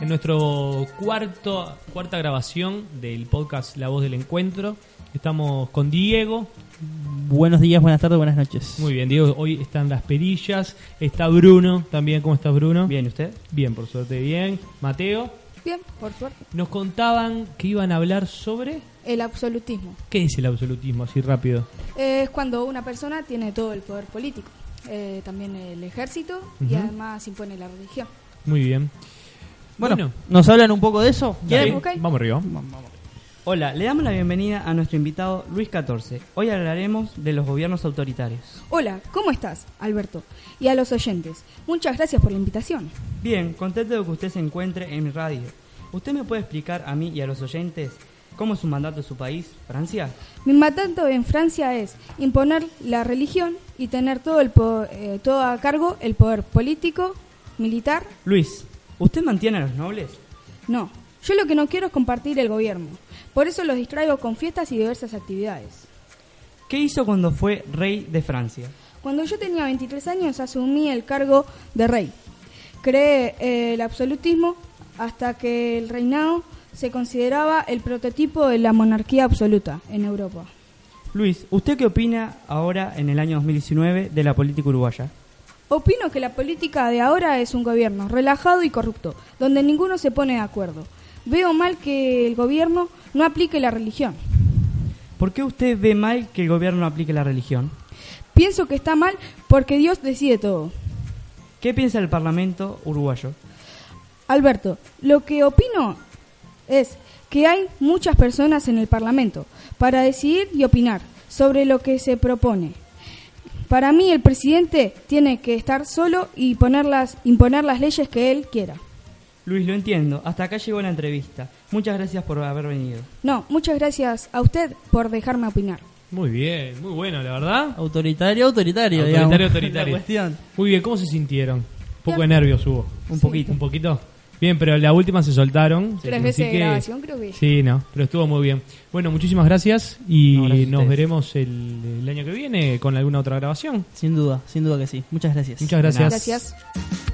en nuestro cuarto, cuarta grabación del podcast La Voz del Encuentro. Estamos con Diego. Buenos días, buenas tardes, buenas noches. Muy bien, Diego, hoy están las perillas. Está Bruno también. ¿Cómo estás, Bruno? Bien, ¿y usted? Bien, por suerte, bien. Mateo, Bien, por suerte. nos contaban que iban a hablar sobre. El absolutismo ¿Qué es el absolutismo? Así rápido. eh, es cuando una persona tiene todo el poder político, eh, también el ejército y Ujú. además impone la religión. Muy bien. Bueno, ¿nos hablan un poco de eso? dale, ok. vamos arriba. Hola, le damos la bienvenida a nuestro invitado Luis XIV. Hoy hablaremos de los gobiernos autoritarios. Hola, ¿cómo estás, Alberto? Y a los oyentes, muchas gracias por la invitación. Bien, contento de que usted se encuentre en mi radio. ¿Usted me puede explicar a mí y a los oyentes cómo es su mandato en su país, Francia? Mi mandato en Francia es imponer la religión y tener todo, el po- eh, todo a cargo el poder político, militar. Luis, ¿usted mantiene a los nobles? No, yo lo que no quiero es compartir el gobierno. Por eso los distraigo con fiestas y diversas actividades. ¿Qué hizo cuando fue rey de Francia? Cuando yo tenía 23 años asumí el cargo de rey. Creé eh, el absolutismo hasta que el reinado se consideraba el prototipo de la monarquía absoluta en Europa. Luis, ¿usted qué opina ahora en el año 2019 de la política uruguaya? Opino que la política de ahora es un gobierno relajado y corrupto, donde ninguno se pone de acuerdo. Veo mal que el gobierno no aplique la religión. ¿Por qué usted ve mal que el gobierno aplique la religión? Pienso que está mal porque Dios decide todo. ¿Qué piensa el Parlamento uruguayo? Alberto, lo que opino es que hay muchas personas en el Parlamento para decidir y opinar sobre lo que se propone. Para mí el presidente tiene que estar solo y ponerlas, imponer las leyes que él quiera. Luis, lo entiendo. Hasta acá llegó la entrevista. Muchas gracias por haber venido. No, muchas gracias a usted por dejarme opinar. Muy bien, muy bueno, la verdad. Autoritario, autoritario, Autoritario, digamos. autoritario. La cuestión. Muy bien, ¿cómo se sintieron? Un poco de nervios hubo. Un poquito. Un poquito. Bien, pero la última se soltaron. Tres Así veces de que- grabación, creo que- Sí, no, pero estuvo muy bien. Bueno, muchísimas gracias y No, gracias a nos ustedes. veremos el, el año que viene con alguna otra grabación. Sin duda, sin duda que sí. Muchas gracias. Muchas gracias. Gracias.